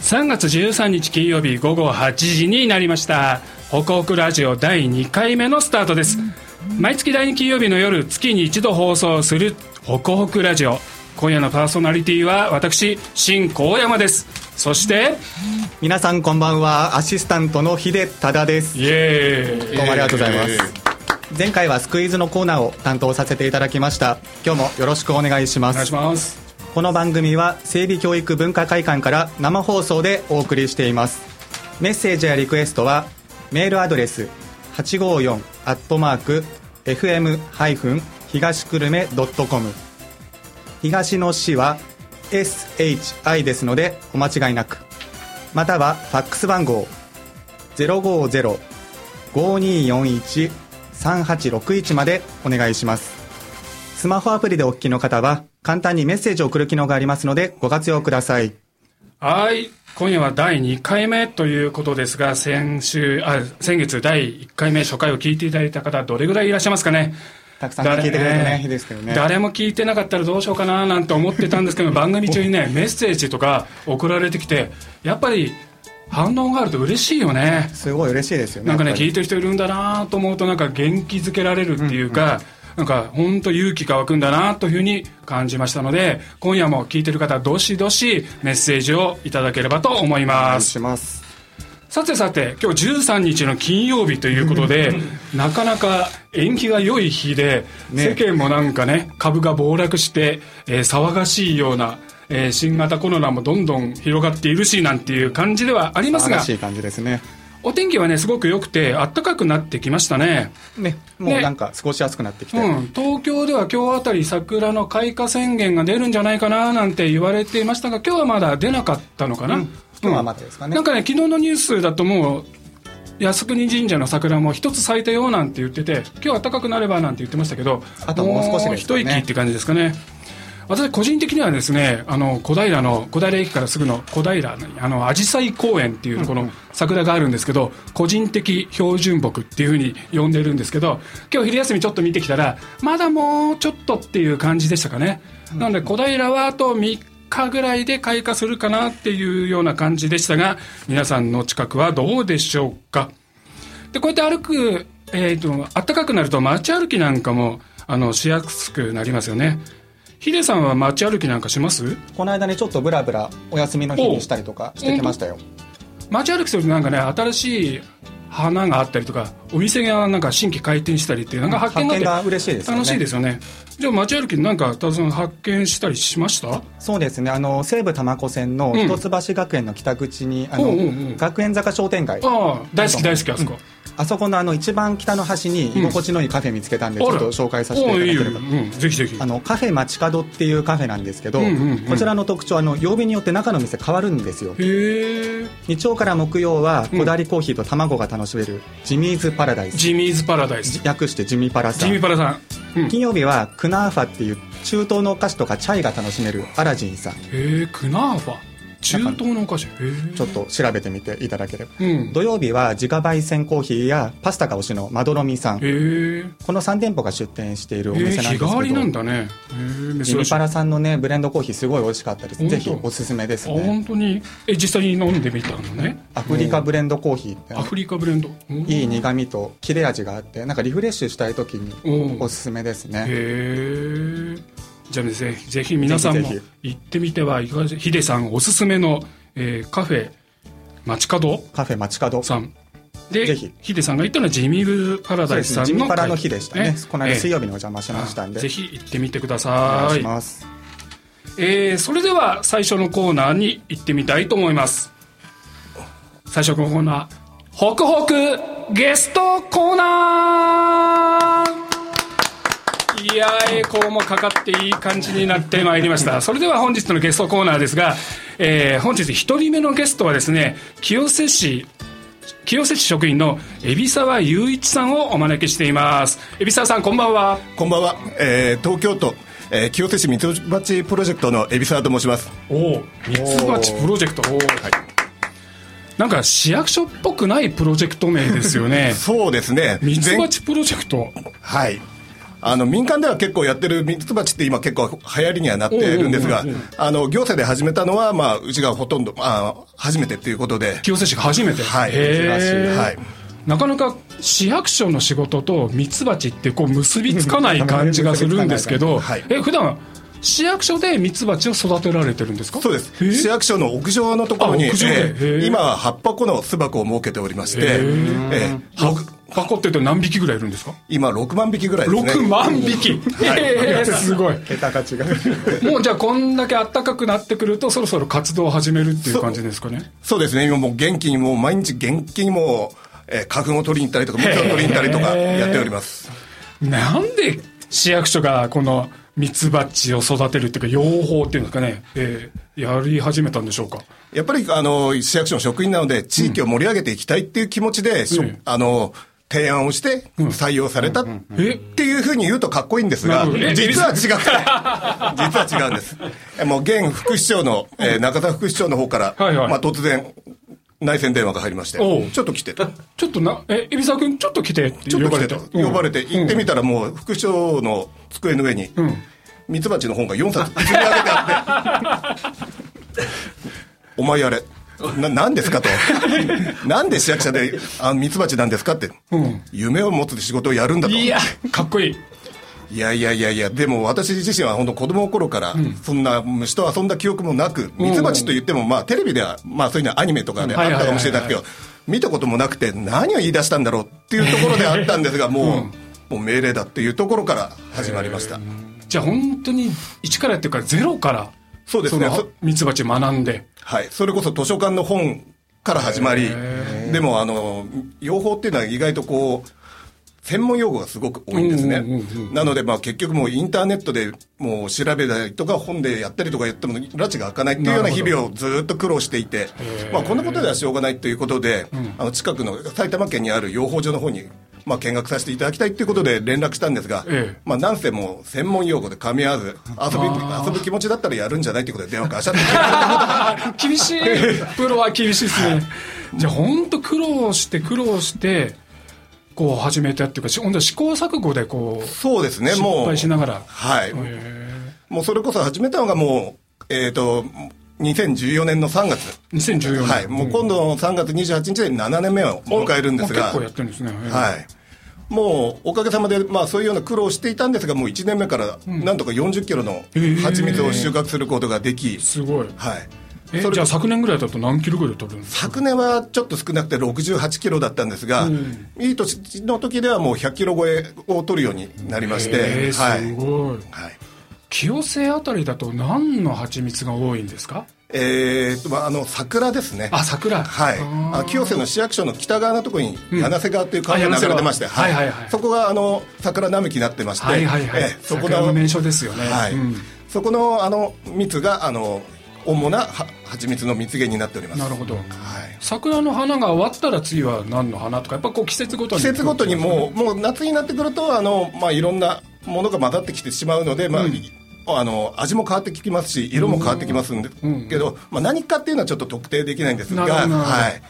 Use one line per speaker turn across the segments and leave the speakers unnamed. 3月13日金曜日午後8時になりましたホクホクラジオ第2回目のスタートです、毎月第2金曜日の夜月に一度放送するホクホクラジオ今夜のパーソナリティは私新高山ですそして
皆さんこんばんはアシスタントの秀忠です
イエーイ
どうもありがとうございます、前回はスクイーズのコーナーを担当させていただきました今日もよろしくお願いしま
お願い
す
します
この番組は整備教育文化会館から生放送でお送りしていますメッセージやリクエストはメールアドレス854アットマーク FM- 東久留米 .com 東の市は SHI ですのでお間違いなくまたはファックス番号050-5241-3861までお願いしますスマホアプリでお聞きの方は簡単にメッセージを送る機能がありますのでご活用ください
はい今夜は第2回目ということですが先週あ先月第1回目初回を聞いていただいた方どれぐらいいらっしゃいますかね
たくさん聞いてくれてねいいですけどね
誰も聞いてなかったらどうしようかななんて思ってたんですけど 番組中にねメッセージとか送られてきてやっぱり反応があると嬉しいよね
すごい嬉しいですよね
なんかね
やっぱり
聞いてる人いるんだなと思うとなんか元気づけられるっていうか、なんか本当勇気が湧くんだなというふうに感じましたので今夜も聞いてる方どしどしメッセージをいただければと思い
お願
ま
い
す
します
さてさて今日13日の金曜日ということでなかなか縁起が良い日で、世
ね
間もなんかね株が暴落して、えー騒がしいような、えー新型コロナもどんどん広がっているしなんていう感じではあります
楽
が
しい感じですね
お天気はねすごく良くて暖かくなってきましたね。
ねもう
ね
なんか少し暑くなってきて、
うん、東京では今日あたり桜の開花宣言が出るんじゃないかななんて言われていましたが今日はまだ出なかったのかな、
うん今日はまだですかね
なんかね昨日のニュースだともう靖国神社の桜も一つ咲いたよなんて言ってて今日は暖かくなればなんて言ってましたけど
あともう少しですかね
もう一息って感じですかね私個人的にはですねあの小平の小平駅からすぐの小平あの紫陽花公園っていうこの桜があるんですけど、個人的標準木っていうふうに呼んでるんですけど今日昼休みちょっと見てきたらまだもうちょっとっていう感じでしたかね、なので小平はあと3日ぐらいで開花するかなっていうような感じでしたが皆さんの近くはどうでしょうかでこうやって歩く、えー、と暖かくなると街歩きなんかもあのしやすくなりますよねヒデさんは街歩きなんかします
この間ねちょっとブラブラお休みの日にしたりとかしてきましたよ
街歩きするとなんかね新しい花があったりとかお店がなんか新規開店したりっていうなんか発見があって
発見が嬉しいですよね
楽しいですよねじゃあ街歩きなんか田中さん発見したりしました
そうですねあの西武多摩湖線の一橋学園の北口に、あの
うんうんうん
学園坂商店街
ああ大好き大好きあそこ、
あそこのあの一番北の端に居心地のいいカフェ見つけたんで、
あ
ちょ
ら
っと紹介させていただければ
おういいようん、ぜひぜひ
あのカフェ街角っていうカフェなんですけど、
うんうんうん
こちらの特徴はあの曜日によって中の店変わるんですよ
へえ
日曜から木曜は
うん
こだわりコーヒーと卵が楽しめる、ジミーズパラダイス
ジミーズパラダイス
略してジミパラさ
ジミ
ん
ーパラさん、うん、へ
金曜日はクナーファっていう中東のお菓子とかチャイが楽しめるアラジンさん
えクナーファ中東のお菓子へえ
ちょっと調べてみていただければ
うん
土曜日は自家焙煎コーヒーやパスタが推しのまどろみさん
へえ
この3店舗が出店しているお
えー
店なん
日
ですけど、
替わりなんだね。えー、
ジ
珍
ミ
しい。
パ
あ
ラさんのねブレンドコーヒーすごい美味しかったです
本当
ぜひおすすめですね
本当にえ実際に飲んでみたのね。
アフリカブレンドコーヒーって
アフリカブレンド。うん
いい苦味と切れ味があってなんかリフレッシュしたい時
う
に
ん
おすすめです
へ
ね
え。じゃあねぜひぜひ皆さんも
ぜひぜ
行ってみてはいかがでヒデさんおすすめの、えーカフェ街角
カフェ街角
さん。で
ぜひ
ヒデさんが行ったのはジミーブパラ
そ
ダ
うで
イス
す
さ
ね
ん
ジ
の
ミ
会
パラの日でしたね、この間水
えー
曜日にお邪魔しましたんで
ぜひ行ってみてくだ
お願
さ
い
い
し。ます
えーそれでは最初のコーナーに行ってみたいと思います最初のコーナー「ホクホクゲストコーナー」いやー栄光もかかっていい感じになってまいりましたそれでは本日のゲストコーナーですが、えー本日1人目のゲストはですね清瀬市清瀬市職員の海老沢雄一さんをお招きしています海老沢さんこんばんは
こんばんは、えー東京都、えー清瀬市ミツバチプロジェクトの海老沢と申します
おおミツバチプロジェクトおお、なんか市役所っぽ くないプロジェクト名ですよね
そうですね
ミツ
前
バチプロジェクト
はいあの民間では結構やってるミツバチって今結構流行りにはなってるんですが、あの行政で始めたのは、まあ、うちがほとんど、まあ、初めてっていうことで、
清瀬市が初めて、
はい
へー
珍しいはい
なかなか市役所の仕事とミツバチってこう結びつかない感じがするんですけど、
はい
え普段市役所でミツバチを育てられてるんですか
そうです
へー
市役所の屋上のところに、
あ屋上で
ええ
へえ
今は8箱の巣箱を設けておりまして、
へ
え
え
えは
箱って言うと何匹ぐらいいるんですか
今6万匹ぐらいですね
6万匹、えーすごい
桁が違う
もうじゃあこんだけ暖かくなってくるとそろそろ活動を始めるっていう感じですかね
そうですね今もう元気にもう毎日元気にもう、ええ花粉を取りに行ったりとか蜜を取りに行ったりとか
へえ
やっております
なんで市役所がこのミツバチを育てるっていうか養蜂っていうんですかね、えーやり始めたんでしょうか
やっぱりあの市役所の職員なので、地域を盛り上げていきたいっていう気持ちで、しょ
うん
あの提案をして、採用されたっていうふうに言うとかっこいいんです
な
が、
るほどえ
実は違くて、 実は違うんです。えもう現副市長の、えー中田副市長の方から、
はいはい
まあ、突然、内線電話が入りまして、
おう
ちょっと来てと。
ちょっとなえ海老沢君ちょっと来てって
ちょ
呼
っと
ば
来
れ
て
て
と。呼ばれて、行ってみたらもう副市長の机の上に、
ん
ミツバチの本が4冊積み上げてあ って、お前あれ、な、なんですか と。なんで市役所で、あ、ミツバチなんですかって、
ん
夢を持つ仕事をやるんだと。
い
い
や
や
かっこいい
いやいやいやでも私自身は本当子供の頃から、そんな虫と遊んだ記憶もなく、ミツバチと言っても、まあテレビでは、まあそういうのはアニメとかで
うんは
あ
いはいはい
ったかもしれないですけど、見たこともなくて何を言い出したんだろうっていうところであったんですが、もう、もう命令だっていうところから始まりました。
じゃあ本当に一からっていうかゼロから
そうですね
の
そ
ミツバチ学んで
はい、それこそ図書館の本から始まり、でもあの養蜂っていうのは意外とこう専門用語がすごく多いんですね、
うんうんうん
なのでまあ結局もうインターネットでもう調べたりとか本でやったりとかやっても拉致が開かないっていうよう
な
な
る
日
ほど
々をずっと苦労していて、まあ、こんなことではしょうがないということで、あの近くの埼玉県にある養蜂場の方にまあ見学させていただきたいということで連絡したんですが、
ええ
まあ、なんせもう専門用語で噛み合わず遊び遊ぶ気持ちだったらやるんじゃないということで電話がしゃってきた
あ厳しいプロは厳しいですねじゃあ本当苦労して苦労してこう始めたっていうかしほんと試行錯誤でこう
そうですね、もう。
失敗しながら
はい。
え
もうそれこそ始めたのがもう、えっ、と、2014年の3月。
ー2014年
はい。もう今度の3月28日で7年目を迎えるんです
お
が。
結構やってるんですね
はい。もうおかげさまで、まあ、そういうような苦労をしていたんですが、もう1年目からなんとか40キロの蜂蜜を収穫することができ、
すごい
はい、
え
それ
じゃあ昨年ぐらいだと何キロぐらい取るんですか
昨年はちょっと少なくて68キロだったんですが、いい年の時ではもう100キロ超えを取るようになりまして、
えー
はい
すごい、
はい、
清瀬あたりだと何の蜂蜜が多いんですか
えーとまあ、あの桜ですね、
あ桜
はい、あ清瀬の市役所の北側のところに柳瀬川という川が
あ柳瀬
流れ
川
てまして、はい
はいはいはい
そこがあの桜並木になってまして、
はいはいはい、
ええそこ
桜の
の
名所ですよね、
はい
うん
そこのあの蜜があの主なは蜂蜜の蜜源になっております。
なるほど
はい
桜の花が終わったら次は何の花とかやっぱこう季節ごとに
季節ごとにもうもう夏になってくるとあの、まあ、いろんなものが混ざってきてしまうので、まああの味も変わってきますし色も変わってきますんで、けど、まあ、何かっていうのはちょっと特定できないんですが、
なるほどなるほど
はい、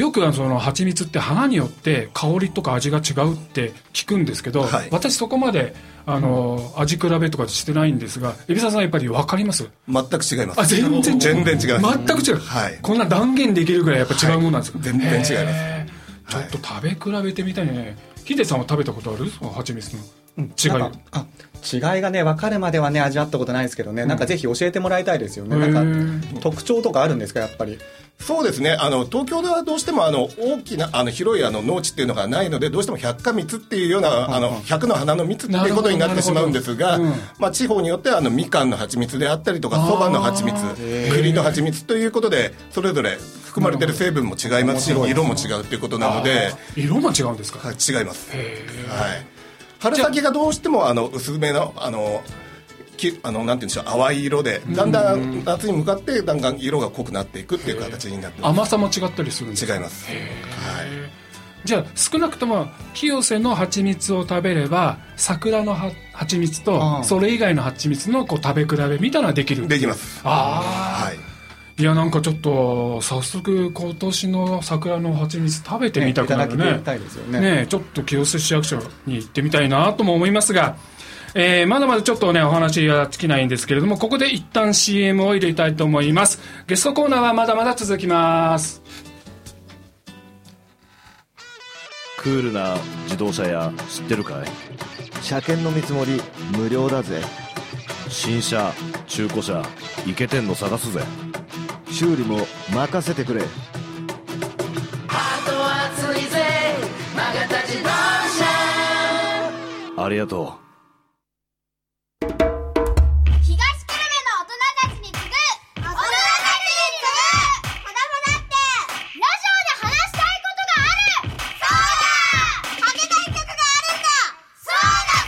よくあのその蜂蜜って花によって香りとか味が違うって聞くんですけど、
はい
私そこまであの味比べとかしてないんですが海老沢さんやっぱり分かります
全く違います
あ全然違う
全然違います
全く違う、
はい
こんな断言できるぐらいやっぱ違うものなんですか、
全然違います
へーちょっと食べ比べてみたいねヒデさんは食べたことあるその蜂蜜の違い
なんかあ違いがね分かるまではね味わったことないですけどね、なんかぜひ教えてもらいたいですよね
へ
な
ー
んか特徴とかあるんですかやっぱり
そうですねあの東京ではどうしてもあの大きなあの広いあの農地っていうのがないのでどうしても百花蜜っていうようなあの百の花の蜜っていうことになってしまうんです
な
が、
るほどなるほ
まあ、地方によってはあのみかんの蜂蜜であったりとかそばの蜂蜜栗の蜂蜜ということでそれぞれ含まれてる成分も違いますし色も違うっていうことなので、
色も違うんですか、
はい、違います、は
へー
い、春先がどうしてもあの薄めのあのきあのなんていうんでしょう淡い色でだんだん夏に向かってだんだん色が濃くなっていくっていう形になってます
甘さも違ったりするんですか
違います、はい、
じゃあ少なくとも清瀬の蜂蜜を食べれば桜のは蜂蜜
あ
と
あ
それ以外の蜂蜜のこう食べ比べみたいなのはできる
できます
ああ、
はい
いやなんかちょっと早速今年の桜の蜂蜜食べてみたくなる
ね
ね
いただきたいですよね
ちょっと清瀬市役所に行ってみたいなとも思いますが、えーまだまだちょっとねお話は尽きないんですけれどもここで一旦 CM を入れたいと思いますゲストコーナーはまだまだ続きます
クールな自動車や知ってるかい
車検の見積もり無料だぜ
新車中古車イケてんの探すぜ
修理も任せてくれ
ありがと
東久留米の大人たちに次ぐ大人たちに次ぐ子供だってラジオで話したいことがあるそうだかけたい曲があるんだそうだ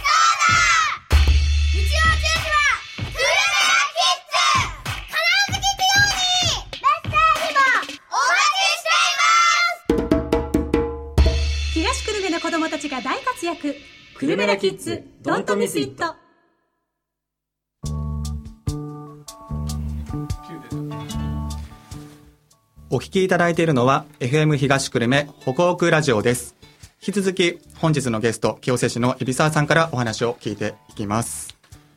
そうだ日曜10時は久留米キッズ必ず聞くようにマスターにもお待ちしています
東久留米の子供たちが大活躍久留米ラキッズドントミスイット
お聞きいただいているのは FM 東久留米北北ラジオです引き続き本日のゲスト清瀬市の海老沢さんからお話を聞いていきます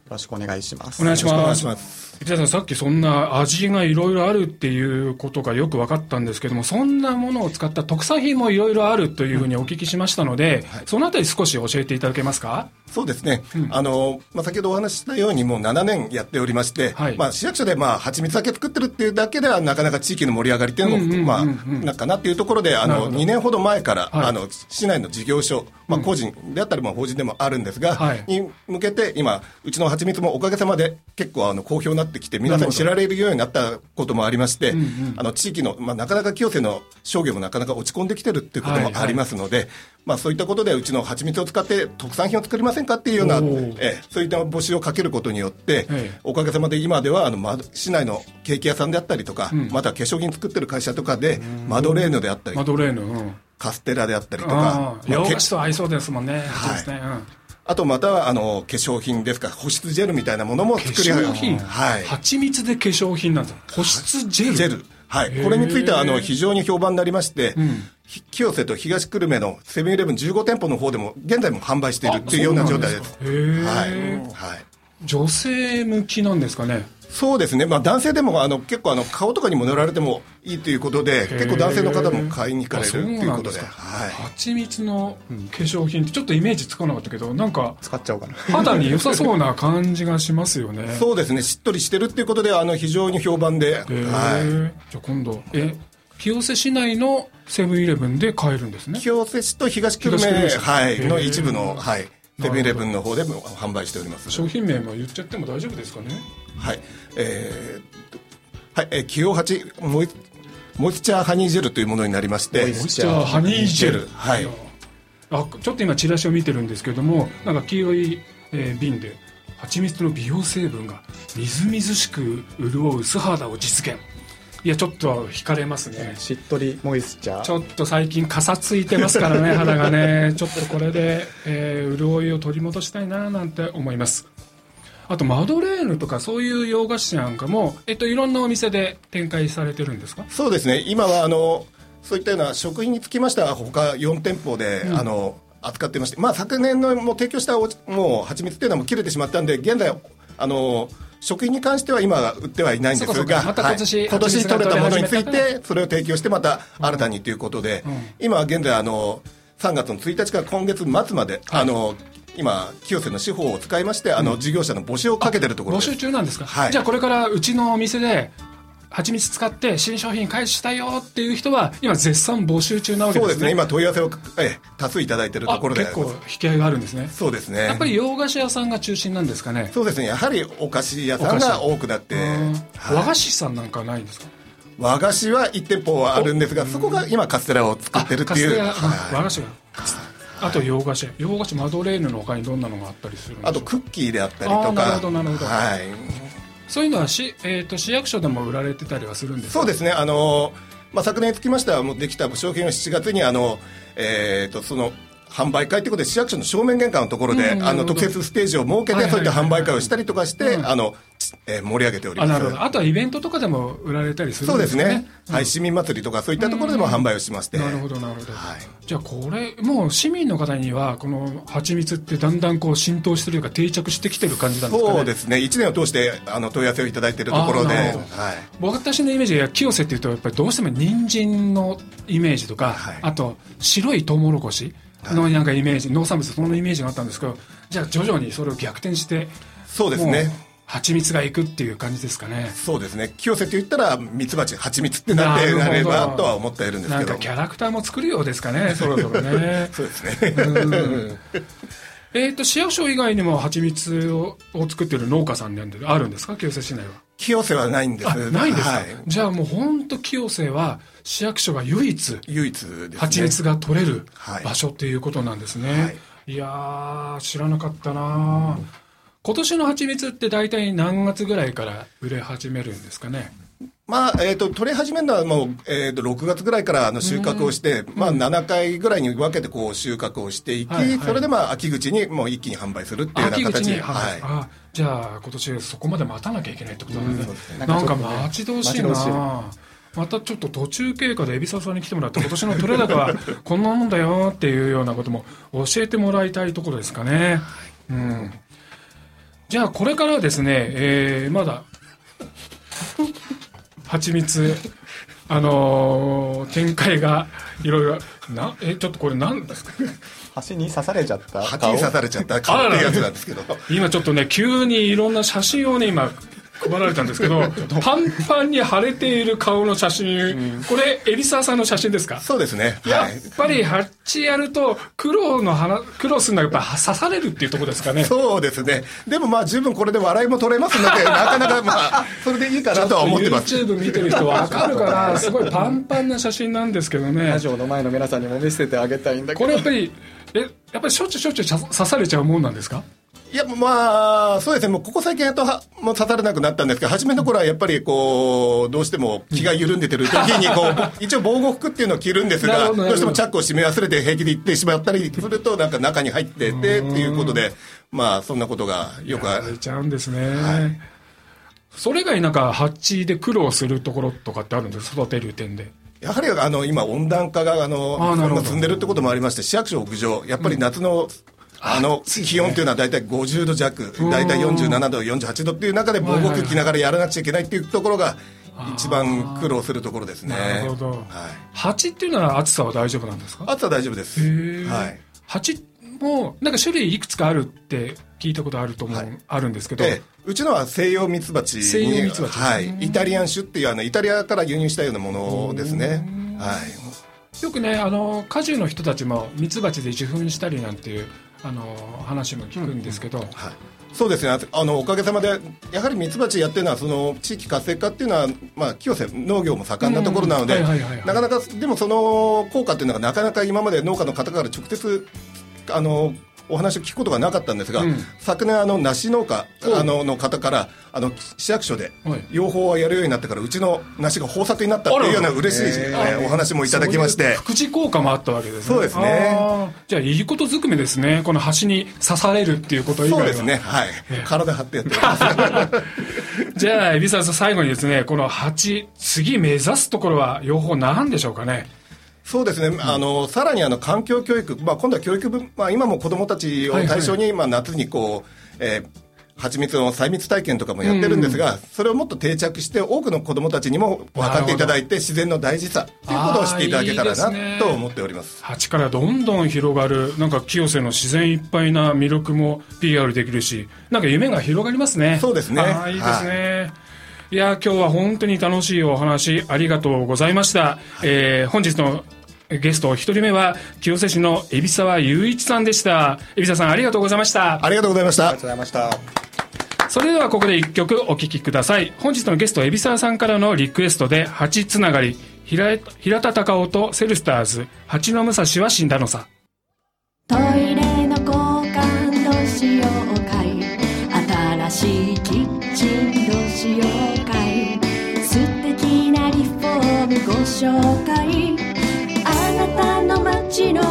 よろしくお願いします
お願いし
よろくお願
ま
い
す
します
池田さんさっきそんな味がいろいろあるっていうことがよく分かったんですけどもそんなものを使った特産品もいろいろあるというふうにお聞きしましたので、そのあたり少し教えていただけますか
そうですね、あのまあ、先ほどお話ししたように、もう7年やっておりまして、
はい
まあ、市役所でまあ蜂蜜だけ作ってるっていうだけでは、なかなか地域の盛り上がりっていうのも、
うんうんうんうん
まあ、なんかなっていうところで、あ
なるほ
の
ど
2年ほど前から、
はい
あの市内の事業所、まあ、個人であったり、まあ法人でもあるんですが、
はい
に向けて、今、うちの蜂蜜もおかげさまで結構あの好評になってきて、皆さんに知られるようになったこともありまして、あの地域の、まあ、なかなか清瀬の商業もなかなか落ち込んできてるっていうこともありますので、まあ、そういったことで、うちの蜂蜜を使って特産品を作りませんかっていうような、
おー
ええそういった募集をかけることによって、
ええ
おかげさまで今ではあのま市内のケーキ屋さんであったりとか、また化粧品作ってる会社とかで、マドレーヌであったり
マ、ドレーヌ、うん、
カステラであったりと
あ
か、
あ
ま
洋
あけ
菓子と合いそうですもんね、そうですね
あとまたはあの化粧品ですか、保湿ジェルみたいなものも
うん、
作り
化粧品、
はい、
蜂蜜で化粧品なんですよ保湿ジェル
ジェル。は
へー
い。これについては、あの、非常に評判になりまして、ひ清瀬と東久留米のセブンイレブン15店舗の方でも、現在も販売しているっていうような状態です。
へー
はい。はい。
女性向きなんですかね
そうですね。まあ、男性でも、あの、結構、あの、顔とかにも塗られてもいいということで、結構男性の方も買いに行かれるっていうことで、
あそうなんすか
はい。
蜂蜜の化粧品ってちょっとイメージつかなかったけどなんか
使っちゃおうかな
肌に良さそうな感じがしますよね
そうですね。しっとりしてるっていうことで、あの、非常に評判で、
へえ
は
じゃあ今度え清瀬市内のセブンイレブンで買えるんです
い。
ね
清瀬市と東久留
東久留
米、
米市
はい、の
へー
一部の、はい、セブンイレブンの方でも販売しております。
商品名も言っちゃっても大丈夫ですかね
はい、えーっと、はい、えー、キヨハチモイモイスチャーハニージェルというものになりまして、
オイスチャーハニージェル
はい
やあちょっと今チラシを見てるんですけどもなんか黄色い、えー瓶で蜂蜜の美容成分がみずみずしく潤う素肌を実現いやちょっと惹かれますね
しっとりモイスチャ
ち
ー
ょっと最近かさついてます からね肌がねちょっとこれで、えー潤いを取り戻したいななんて思いますあとマドレーヌとかそういう洋菓子なんかも、えっと、いろんなお店で展開されてるんですか
そうですね。今はあのそういったような食品につきましては他4店舗で、あの扱ってまして、まあ昨年のもう提供したおもう蜂蜜というのはもう切れてしまったんで、現在あの食品に関しては今売ってはいないんで
そ
す
うか
が、
そうかまた今年
はい今年取れたものについ
蜂蜜が取れ始
てそれを提供してまた新たにということで、今は現在あの3月の1日から今月末まで、あの今清瀬の司法を使いましてあの事業者の募集をかけてるところ
募
です。
集中なんですか、
はい
じゃあこれからうちのお店で蜂蜜使って新商品開始したよっていう人は今絶賛募集中なわけで
そう
すね
ですね。今問い合わせをええ多数いただいてると
あ
ころで
結構引き合いがあるんですね
そうですね。
やっぱり洋菓子屋さんが中心なんですかね
そうですね、やはりお菓子屋さんが多くなって、はい
和菓子さんなんかないんですか
和菓子は1店舗はあるんですが、そこが今、カステラを作ってるっていう、
あカステラ
はい
和菓子があと洋菓子洋菓子マドレーヌの他にどんなのがあったりするんでし
あ
ょ
と
う
クッキーであったり
あー
とか、
なるほどなるほど
はい、
そういうのはし、えー、と市役所でも売られてたりはするんですか
そうですね、あのまあ、昨年につきましては、もうできた商品を7月にあの、えー、とその販売会ということで、市役所の正面玄関のところで、あの特設ステージを設け
はいはい
て、そういった販売会をしたりとかして、あのちえー盛り上げており
あ
ま
な
す
るほ。どあとはイベントとかでも売られたりする
そ
ん
う
で
ですす
かね
ね、はい、市民祭りとか、そういったところでも販売をしまして、
なるほどなるほど、
はい
じゃあこれもう市民の方にはこの蜂蜜ってだんだんこう浸透してるというか定着してきてる感じなんですかね
そうですね、1年を通してあの問い合わせをいただいているところで、
あー
は
なる
い
ほど私のイメージで清瀬っていうとやっぱりどうしても人参のイメージとか、
はい
あと白いトウモロコシのなんかイメージ、農産物そのイメージがあったんですけどじゃあ徐々にそれを逆転して
そうですね
もう蜂蜜がいくっていう感じですかね
そうですね、清瀬と言ったら、ミツバチ、ハチミツってなって
な
な
る
れ
ほど
ばとは思っているんです
な
け
んか
ど、
キャラクターも作るようですか ねそろそろね
そうですね、
えっと市役所以外にも蜂蜜をを作ってる農家さんなんであるんですか清瀬市内は
清瀬はないんです
あ、ないんですか、
はい、
じゃあもう本当清瀬は市役所が唯一
唯一ですね、
蜂蜜が取れる
はい
場所っていうことなんですね、、
はい
やー知らなかったなー、今年の蜂蜜って大体何月ぐらいから売れ始めるんですかね
まあえー、と取り始めるのはもう、えー、と6月ぐらいからあの収穫をして、まあ、7回ぐらいに分けてこう収穫をしていき、
はいはい
それで、まあ、秋口にもう一気に販売するっていうよう
秋
な
口
形
に、
はい
あじゃあ今年そこまで待たなきゃいけないってことなんで,、
ね
なんか待ち遠しいな
待ち遠しい
またちょっと途中経過で海老沢さんに来てもらって今年の取れ高はこんなもんだよっていうようなことも教えてもらいたいところですかね、うん、じゃあこれからはですね、えーまだ蜂蜜あのー展開がいろいろなえちょっとこれ何ですか
橋に刺されちゃった
蜂
顔
に刺されちゃった顔っていうやつなんですけど。
今ちょっとね急にいろんな写真をね今配られたんですけ どパンパンに腫れている顔の写真これ海老沢さんの写真ですか
そうですね。
やっ
はい。
ぱりハッチやると苦労の花苦労するのはやっぱ刺されるっていうところですかね
そうですね。でもまあ十分これで笑いも取れます ので、なかなかまあ、それでいいかなとは思ってます。
YouTube 見てる人わかるかなすごいパンパンな写真なんですけどね
ラジオの前の皆さんにも見せてあげたいんだけ
こ
ど
れやっぱりえやっぱりしょっちゅうしょっちゅう刺刺されちゃうもんなんですか
いや、まあ、そうですね。もうここ最近やっとは、もう刺されなくなったんですけど、初めの頃はやっぱりこう、どうしても気が緩んでてる時に、こ う、一応防護服っていうのを着るんです
なる
が、
ほど
ど
なるほど
うしてもチャックを閉め忘れて平気で行ってしまったりすると、なんか中に入ってて、っていうことで、まあ、そんなことがよくあ
刺されちゃうんですね、それ以外なんかハッチで苦労するところとかってあるんです育てる点で
やはりあの今、温暖化があの
あーなるほど
進んでるってこともありまして、市役所屋上、やっぱり夏の,、あの気温というのは大体50度弱、大体47度、48度っていう中で、防護服着ながらやらなくちゃいけないっていうところが、一番苦労するところですね。
なるほど、
はい、
蜂っていうのは暑さは大丈夫なんですか
暑さは大丈夫です。はい
蜂もなんか種類いくつかあるって聞いたことあると思う、あるんですけど、
でうちのは西洋ミツバチに
西洋ミツバチ
はい、イタリアン種っていうあのイタリアから輸入したようなものですね、はい、
よくねあの果樹の人たちもミツバチで受粉したりなんていうあの話も聞くんですけど、
はいそうですねああのおかげさまで、やはりミツバチやってるのは、その地域活性化っていうのは、まあ、清瀬、農業も盛んなところなの
う
で、
んはいはいはいはい
なかなか、でもその効果っていうのが、なかなか今まで農家の方から直接、あのお話を聞くことがなかったんですが、
うん
昨年、あの梨農家あのの方からあの、市役所で
はい
養蜂をやるようになってから、うちの梨が豊作になったっていうような嬉しい、えーお話もいただきまし
そうい
て
う。副次効果もあったわけですね
そうですね
あーじゃあいいことずくめですねこの橋に刺されるっていうこと以外
そ
は
うですね、はい、体張ってやってます。
じゃあ海老沢さん最後にですねこの蜂次目指すところは養蜂なんでしょうかね
そうですね、あのさらにあの環境教育、まあ、今度は教育分、まあ、今も子どもたちを対象に、まあ、夏にこう、えー蜂蜜の採蜜体験とかもやってるんですが、それをもっと定着して、多くの子どもたちにも分かっていただいて、自然の大事さということを知っていただけたら
あーいいですね
なと思っております。
蜂からどんどん広がるなんか清瀬の自然いっぱいな魅力も PR できるしなんか夢が広がりますね
そうですね
あーいいですね、い、やー今日は本当に楽しいお話ありがとうございました、えー本日のゲスト一人目は清瀬市の海老沢雄一さんでした海老沢さんありがとうございました
ありがとうございまし
あ
た
りがとうございました
それではここで一曲お聴きください本日のゲスト海老沢さんからのリクエストで「蜂つながり」平平田隆夫とセルスターズ「蜂の武蔵は死んだのさ」
トイレの交換どうしようかい新しいキッチンどうしようかい素敵なリフォームご紹介あなたの街の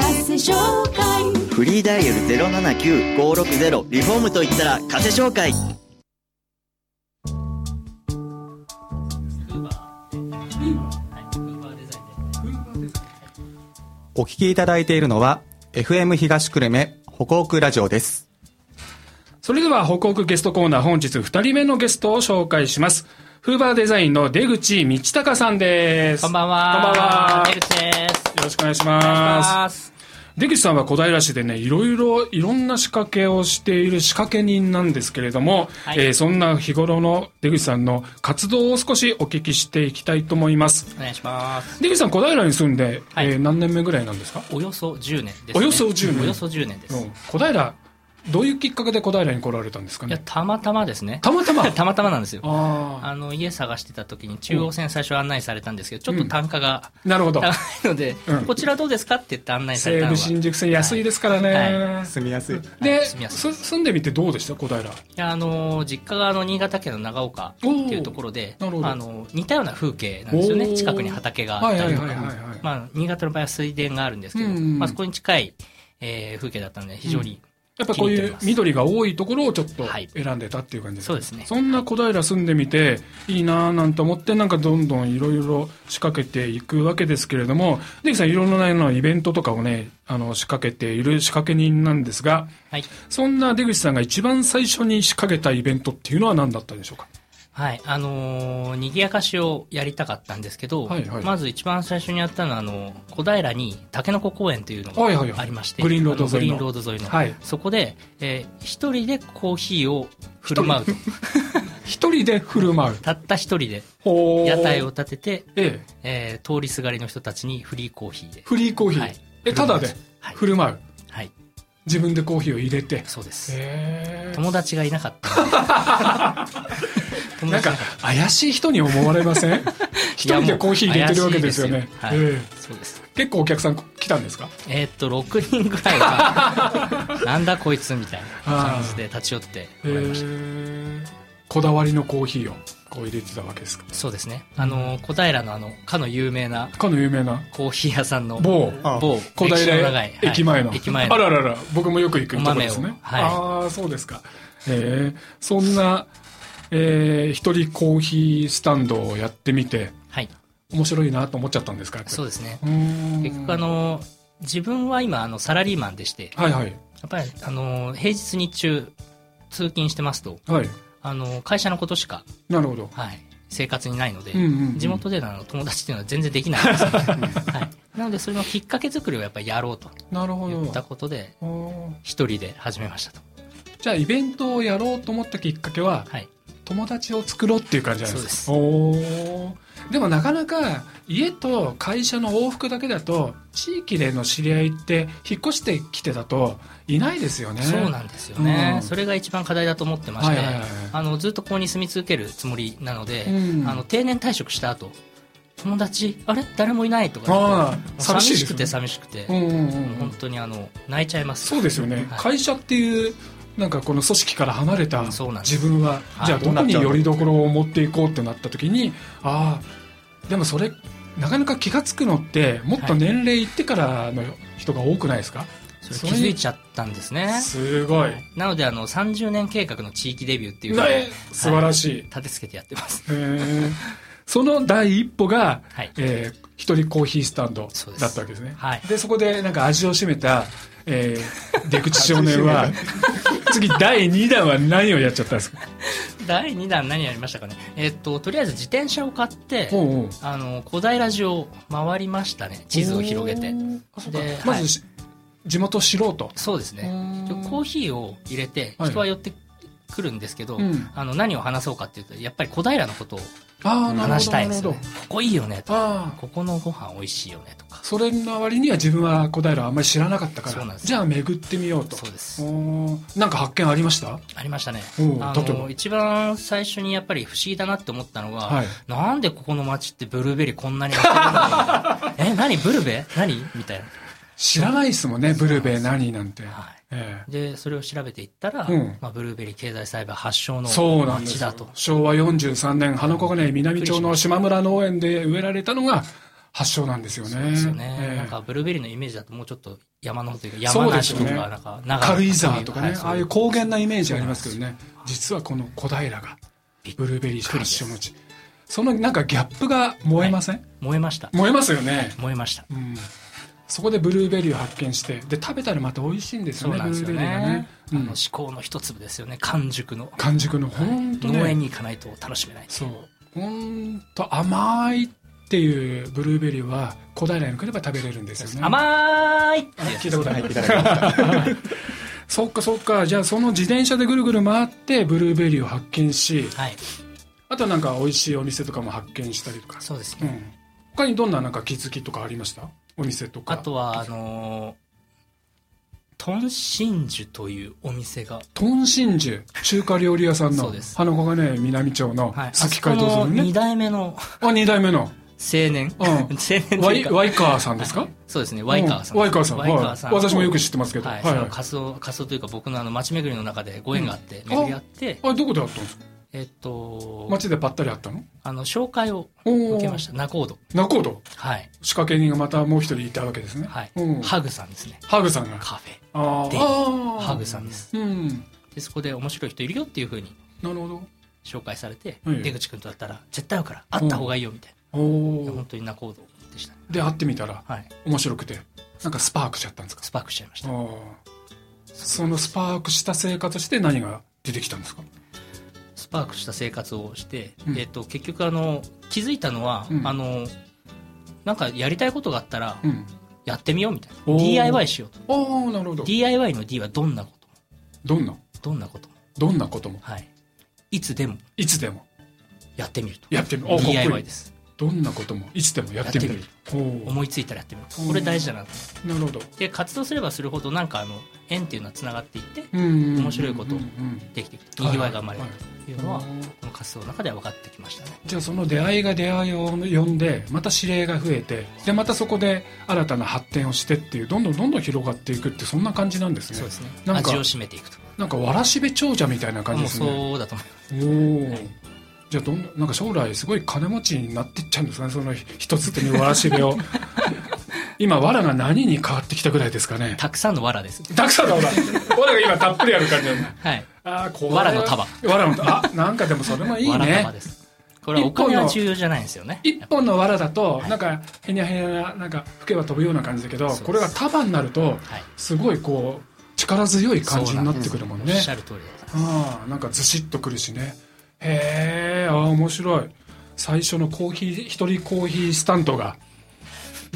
活紹介
フリーダイヤル079-560リフォームといったら風紹介
お聞きいただいているのは FM 東久留米北北ラジオです
それでは北北ゲストコーナー本日2人目のゲストを紹介しますフーバーデザインの出口道隆さんです
こんばんは。
こんばんは
出口です。
よろしくお願いし
お願い
ま
し
す
ます。
出口さんは小平市でねいろいろいろんな仕掛けをしている仕掛け人なんですけれども、
はい
えーそんな日頃の出口さんの活動を少しお聞きしていきたいと思います
お願いします。
出口さん小平に住んで、
はい
えー何年目ぐらいなんですか、
およそ10年です、ね。
およそ10年
およそ10年です。
うん小平どういうきっかけで小平に来られたんですか
いや、
ね
たまたまですね。
たまたま
たまたまなんですよ。
あ
あの、家探してた時に中央線最初案内されたんですけど、ちょっと単価が
あなるほど
高いので、
うん
こちらどうですかって言って案内され
西
た
武
のが。
新宿線安いですからね、
は
住みやすい
で、
住みやすい
す住んでみてどうでした小平
いやあの実家があの新潟県の長岡っていうところで
おーなるほど
あの似たような風景なんですよ
お
ね
ー
近くに畑があったりとか
はいはいはいはいはい
まあ新潟の場合は水田があるんですけど、
うん
まあ、そこに近い、えー風景だったので非常に、
やっぱこう
気に入
い
って
う
ます
緑が多いところをちょっと
はい
選んでたっていう感じ
そうですね
そんな小平住んでみていいなぁなんて思ってなんかどんどんいろいろ仕掛けていくわけですけれども出口さんいろんなのイベントとかをねあの仕掛けている仕掛け人なんですが
はい
そんな出口さんが一番最初に仕掛けたイベントっていうのは何だったんでしょうか
はいあのーにぎやかしをやりたかったんですけど、
はいはい
まず一番最初にやったのはあの小平に竹の子公園というの
はいはいはい
がありまして、
グリーンロード沿いの
あグリーンロード沿いの
はい
そこで、えー一人でコーヒーを振 る舞うと
一人で振る舞う
たった一人で
ほー
屋台を立てて
ええ
えー通りすがりの人たちにフリーコーヒーで。
フリーコーヒー、
はい
えただで
はい
振る舞う、
はい、
自分でコーヒーを入れて
そうです。
へー
友達がいなかった の
なんか
で。友達がいなかっ
怪しい人に思われませ ん
た
一人でコーヒー入れてるわけですよ
いや
ね
もう怪しいですよはい
え
そうです。
え結構お客さん来たんですか
えーっと、6人ぐらい は、なんだこいつみたいな感じで立ち寄ってもらいました。
ええこだわりのコーヒーをこう入れてたわけですか
そうですね。あのー、小平のあの、かの有名な
かの有名な
コーヒー屋さんの
某
あ
某
小
歴史の
平
長いはい
駅前の、
駅前の
あららら僕もよく行くとこですね、
お豆をはい
ああそうですかええそんな、えー、一人コーヒースタンドをやってみて
はい。
面白いなと思っちゃったんですかやっぱり
そうですね。
うーん
結局あのー、自分は今、あの、サラリーマンでして、
はいはい
やっぱり、あのー平日日中通勤してますと、
はい
あのー会社のことしか、
なるほど
はい、生活にないので、
うんうんうん
地元でのあの友達っていうのは全然できないんですよ、 はい、なのでそれのきっかけ作りをやっぱりやろうと
なるほ
言
ど
ったことで
あー
一人で始めましたと、
じゃあイベントをやろうと思ったきっかけは
はい、
友達を作ろうっていう感じなんですか
そ
おーでもなかなか家と会社の往復だけだと地域での知り合いって引っ越してきてだといないですよね
そうなんですよね、
うん
それが一番課題だと思ってまして、
はいはいはいはい
あのずっとここに住み続けるつもりなので、
うん
あの定年退職した後友達あれ誰もいないとか
あー
もう
寂
寂
しいです
しくて寂しくて、
うんうん
もう
うん
本当にあの泣いちゃいます
そうですよね、
はい
会社っていうなんかこの組織から離れた
そうなんです
自分は
はい
じゃあどこに
どうなっちゃうの
よりどころを持っていこうってなった時にああでもそれなかなか気が付くのってもっと年齢いってからの人が多くないですか、
それ気づいちゃったんですね
すごい、
なのであの30年計画の地域デビューっていうのを
ね素晴らしい、
立てつけてやってます
へーその第一歩が、
はい
えー一人コーヒースタンド
そうです
だったわけですね
はい
でそこでなんか味を占めた、えー出口少年 は次第2弾は何をやっちゃったんですか
第2弾何やりましたかねえっととりあえず自転車を買って
おうおう
あの小平寺を回りましたね地図を広げて
あそうか
で
ま
は
ず
い
し、地元知ろうと
そうですね
うーん
コーヒーを入れて
はい
人は寄ってくるんですけど、
うん
あの何を話そうかっていうとやっぱり小平のことを
ああなる
話
ほど
した
ない
ん
るほ
です
ど
よ、ね、ここいいよねとか
ああ
ここのご飯美味しいよねとか
それの割には自分は小平をあんまり知らなかったか
そうなん
ら
です
じゃあ巡ってみようと
そうです
おーなんか発見ありました
ありましたね
おう
あ
例え
の
ば
一番最初にやっぱり不思議だなって思ったのが、
はい
なんでここの町ってブルーベリーこんなにやって るのえ何ブルベ何みたいな
知らないですもんねブルベ何なんて、
はい
ええ
でそれを調べていったら、
うん
まあ、ブルーベリー経済栽培発祥の
そうなんで
町
す
だ
よ
と
昭和43年花子がね南町の島村農園で植えられたのが発祥なんですよね。
そうですよね、
ええ
なんかブルーベリーのイメージだともうちょっと山の方というか
そう
山
です
梨
よ
とか
ね
なんか
軽井沢とかね、
はい
ああいう高原なイメージありますけどね実はこの小平がブルーベリー発祥の地そのなんかギャップが燃えません、
燃えました
燃えますよね、
燃えました
うん、そこでブルーベリーを発見してで食べたらまた美味しいんです
そ
よ
う
ね
なんですよ
ブルーベリーが
ね
ね、
あの思考の一粒ですよね完熟の
完熟の本当ね、
農園に行かないと楽しめない
そう本当甘いっていうブルーベリーは小平に来れば食べれるんですよね
甘い
あ聞いたことない
いただきました
そっかそっかじゃあその自転車でぐるぐる回ってブルーベリーを発見し
はい
あとなんか美味しいお店とかも発見したりとか
そうです
う
ね、
ん他にどんななんか気づきとかありましたお店とか
あとはあのー豚真珠というお店が
豚真珠中華料理屋さん
そ
の
うです
花子がね南町の
はい、あ
先
そこ
街道
の
沿いの
2
ね
代目の
あ二代目 の
青年、
うん
青年と
ワ
い
イ
うか
ワイカーさんですか
そうですねワイカーさん、
うんワイカーさん
ワイカーさん
はい私もよく知ってますけど
はい
はい
その仮想仮想というか僕のあの街巡りの中でご縁があって、
ん
巡り合って
あどこで会ったんですか
えっと、
街でばったり会ったの
あの紹介を
お
受
お
けました仲人
仲人
はい
仕掛け人がまたもう一人いたわけですね
はい、
うん
ハグさんですね
ハグさんが
カフ
あ
で
ー
ェハグさんです
うん
でそこで面白い人いるよっていうふうに
なるほど
紹介されて、
ええ
出口君とだったら絶対会うから会った方がいいよみたい
お
な、
お
本当に仲人でしたね
で会ってみたら
はい
面白くてなんかスパークしちゃったんですか
スパークしちゃいました
あーそのスパークした生活して何が出てきたんですか
スパークした生活をして、
うん
えっと結局あの気づいたのは、
うん
あのなんかやりたいことがあったら
うん
やってみようみたいな、
おー
DIY しようと
ああなるほど
DIY の D はどんなことも
どんな
どんなことも
どんなことも
はいいつでも
いつでも
やってみると
やってみるおーかっこいい
DIY です
どんなこともいつでもやってみる
やっ
お
思いついたらやってみる
うん
これ大事だなと
おなるほど
で活動すればするほどなんかあの縁っていうのはつながっていって
うん
面白いことを
うん
できてきて
はい
にぎわいが生まれるというのは
はいはい
この活動の中では分かってきましたね
じゃあその出会いが出会いを呼んでまた指令が増えてでまたそこで新たな発展をしてっていうどんどんどんどん広がっていくってそんな感じなんですね
そうですね
なんか
味を占めていくと
なんかわらしべ長者みたいな感じで
もう
すね
そうだと思います
おお、じゃあどんななんか将来すごい金持ちになってっちゃうんですかねその一つ手にわらしべ を今わらが何に変わってきたぐらいですかね
たくさんの藁です
たくさんだほらわらが今たっぷりある感じなんだ
はい
あーこれ
わらの束
わらの束あなんかでもそれもいい
藁
ね
束ですこれはお金は重要じゃないんですよね
一本のわらだとなんかへにゃへにゃななんか吹けば飛ぶような感じだけど
そうです
これが束になると
はい
すごいこう力強い感じになってくるもんね
おっしゃる通りです
ああなんかずしっとくるしねへえああ面白い最初のコーヒー一人コーヒースタンドが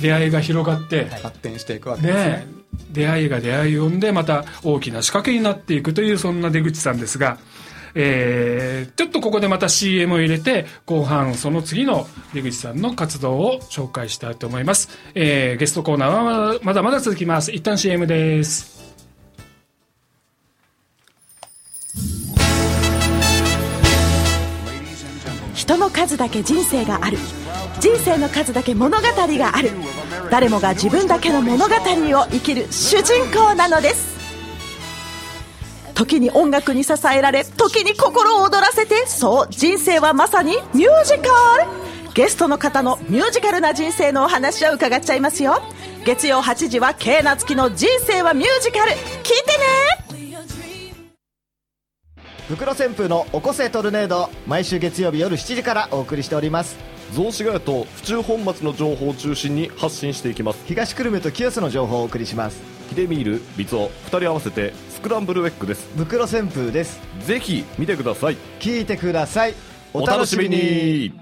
出会いが広がって、
はい
発展していくわけですね
ね出会いが出会いを呼んでまた大きな仕掛けになっていくというそんな出口さんですが、えーちょっとここでまた CM を入れて後半その次の出口さんの活動を紹介したいと思います、えーゲストコーナーはまだまだまだ続きます一旦 CM です
人の数だけ人生がある人生の数だけ物語がある誰もが自分だけの物語を生きる主人公なのです時に音楽に支えられ時に心を躍らせてそう人生はまさにミュージカルゲストの方のミュージカルな人生のお話を伺っちゃいますよ月曜8時はケイナツキの人生はミュージカル聞いてね
袋旋風のおこせトルネード毎週月曜日夜7時からお送りしております
雑司ヶ谷と府中本町の情報を中心に発信していきます
東久留米と清須の情報をお送りします
ヒデミールビツオ2人合わせてスクランブルウェッグです
袋旋風です
ぜひ見てください
聞いてください
お楽しみに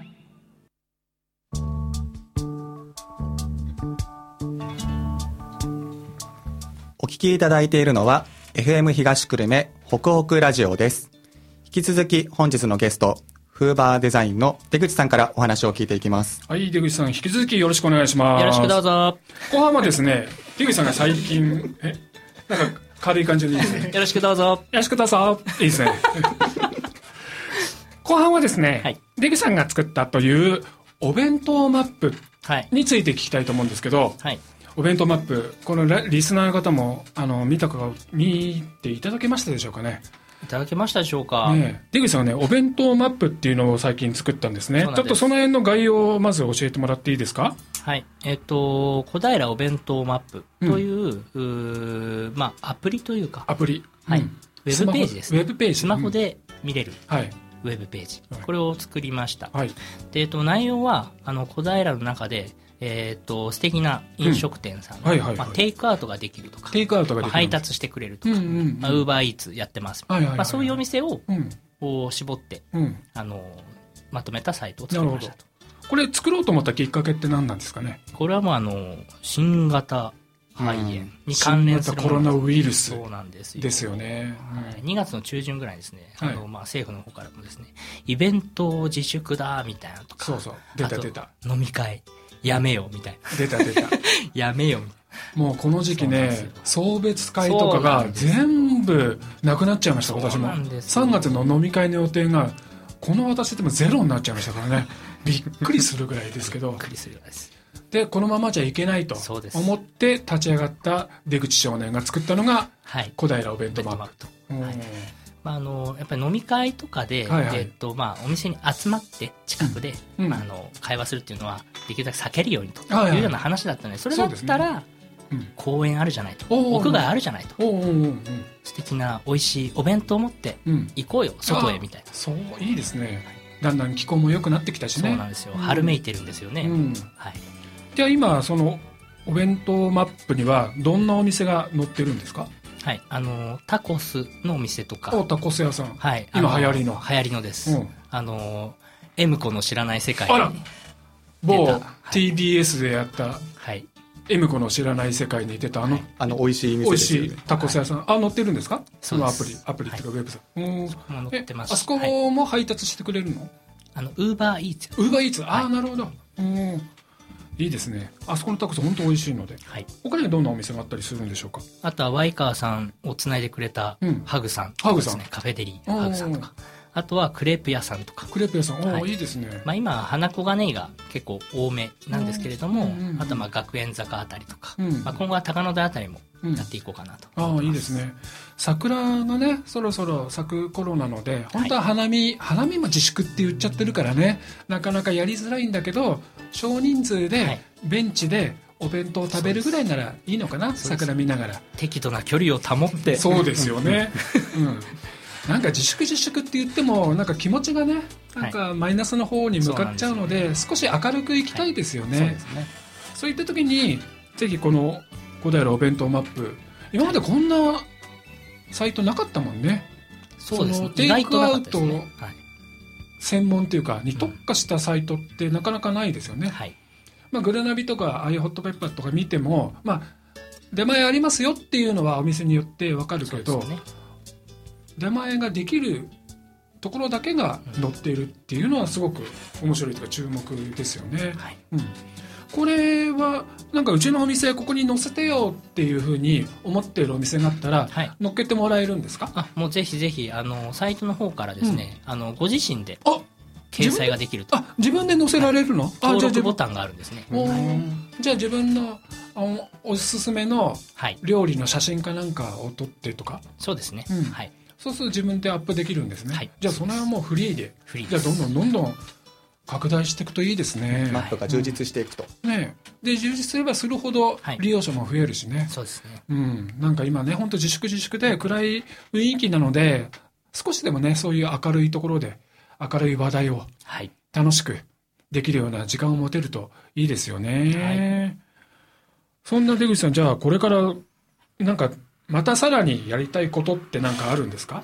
お聞きいただいているのは FM 東久留米北北ラジオです引き続き本日のゲストフーバーデザインの出口さんからお話を聞いていきます
はい、出口さん、引き続きよろしくお願いします。
よろしくどう。ぞ
後半はですね、出口さんが最近、え、なんか軽い感じでいいですね。よ
よろしくどうぞ
ろしくどうぞ。いいです ね。後半はですね、
はい
出口さんが作ったというお弁当マップ
はい
について聞きたいと思うんですけど、
はい
お弁当マップ、このラリスナーの方も、あの、見たか、見ていただけましたでしょうかね。
いただけましたでしょうか、
ね出口さんがね、お弁当マップっていうのを最近作ったんですね
そうなん
ち
です
ょっとその辺の概要をまず教えてもらっていいですか
はい。えっ、と、小平お弁当マップという、うーまあ、アプリというか。
アプリ。
はい。
うん
ウェブページです、
スマホウェブページ
スマホで見れる。
はい
ウェブページ。これを作りました。
はい。
で、えっ、と、内容は、あの、小平の中で、えっ、と、素敵な飲食店さん
うんはいはいはい
まあ、テイクアウトができるとか。
テイクアウトが
ま
で
あ
きる
配達してくれるとか。
うんうんうん
まあ、ウーバーイーツやってます。
はいはいはいはい
まあ、そういうお店を、
うん
こう絞って、
うん
あの、まとめたサイトを
なる
作り
ほ
ま
ど
した。
これ作ろうと思ったきっかけって何なんですかね
これはもうあの新型肺炎に関連する
新型コロナウイルス
そうなんですよ
ですよね
はい2月の中旬ぐらいですね、
はい
あのまあ、政府の方からもですねイベント自粛だみたいなのとか
そうそう出た
あと
出た
飲み会やめよみたいな
出た出た
やめよみたい
もうこの時期ね送別会とか
そう
が
なんです
全部なくなっちゃいました今年も
そうなんです
3月の飲み会の予定がこの私でもゼロになっちゃいましたからねびっくりするぐらいですけどび っ
くりするぐらいです
でこのままじゃいけないと
です
思って立ち上がった出口少年が作ったのが
はい
小平お弁当マップと、うん
まあ、あのやっぱり飲み会とかで、
はいはい
えっとまあ、お店に集まって近くで、
うんうん
まあ、あの会話するっていうのはできるだけ避けるようにと
はいはい
いうような話だったのでそれだったら、公園あるじゃないと
おうおう
屋外あるじゃないと
おうおうおうおう
素敵な美味しいお弁当を持って
うん
行こうよ、外へみたいな
あそういいですねだんだん気候も良くなってきたしね
そうなんですよ春めいてるんですよね
うん
はい、
じゃあ今そのお弁当マップにはどんなお店が載ってるんですか
はい、あのタコスのお店とか
おタコス屋さん
はい
今
あ
流行りの
流行りのです、
うん
あの M 子の知らない世界
あら某
出た
TBS でやった
はい
「M 子の知らない世界」に出たあの
あの美味しい
美
店で
味
すよ
し
ね
いタコス屋さんあ載ってるんですかそ
そう
の
で
ア
す
プリアプリっていうかウェブサイトうん
も載ってます
えあそこも配達してくれるの
あのウーバーイーツ
ウーバーイーツああなるほどうんいいですねあそこのタコス本当美味しいので
はい
他にはどんなお店があったりするんでしょうか
あとはワイカーさんをつないでくれた
うん
ハグさん
ハグ
で
さ
す
ん
ね、カフェデリーハグさんとかあとはクレープ屋さんとか
クレープ屋さんおー
はい
いいですね
まあ、今花子金井が結構多めなんですけれども、あとはまあ学園坂あたりとか、
うん
まあ、今後は高野台あたりもやっていこうかなと、
ああいいですね桜がねそろそろ咲く頃なので本当は花見、花見も自粛って言っちゃってるからねなかなかやりづらいんだけど少人数でベンチでお弁当を食べるぐらいならいいのかな桜見ながら
適度な距離を保って
そうですよね、うん、なんか自粛自粛って言ってもなんか気持ちがねなんかマイナスの方に向かっちゃうので,、少し明るくいきたいですよね、
ですね
そういった時にぜひこの小平お弁当マップ今までこんなサイトなかったもんね
そうですね
のテイクアウト
意外となかったですねはい
専門というかに特化したサイトってなかなかないですよね、まあ、グルナビとかああいうホットペッパーとか見ても、まあ、出前ありますよっていうのはお店によってわかるけど、出前ができるところだけが載っているっていうのはすごく面白いというか注目ですよね、うん、これはなんかうちのお店ここに載せてよっていうふうに思っているお店があったら、載っけてもらえるんですか
あもうぜひぜひあのサイトの方からですね、あのご自身で掲載ができると
あ自分で載せられるの、あ
登
じゃあ自
録
分
ボタンがあるんですね
おーじゃあ自分のあのおすすめの料理の写真かなんかを撮ってとか
そうですね、
うん
はい
そうすると自分でアップできるんですね、じゃあその辺はもうフリーで
フリー
じ
で
ゃあ
す
どんどんどんどん拡大していくといいですね
マップが充実していくと、
ねえで充実すればするほど利用者も増えるしね、
そうですね
うん、なんか今ね本当自粛自粛で暗い雰囲気なので少しでもねそういう明るいところで明るい話題を楽しくできるような時間を持てるといいですよね、そんな出口さんじゃあこれからなんかまたさらにやりたいことってなんかあるんですか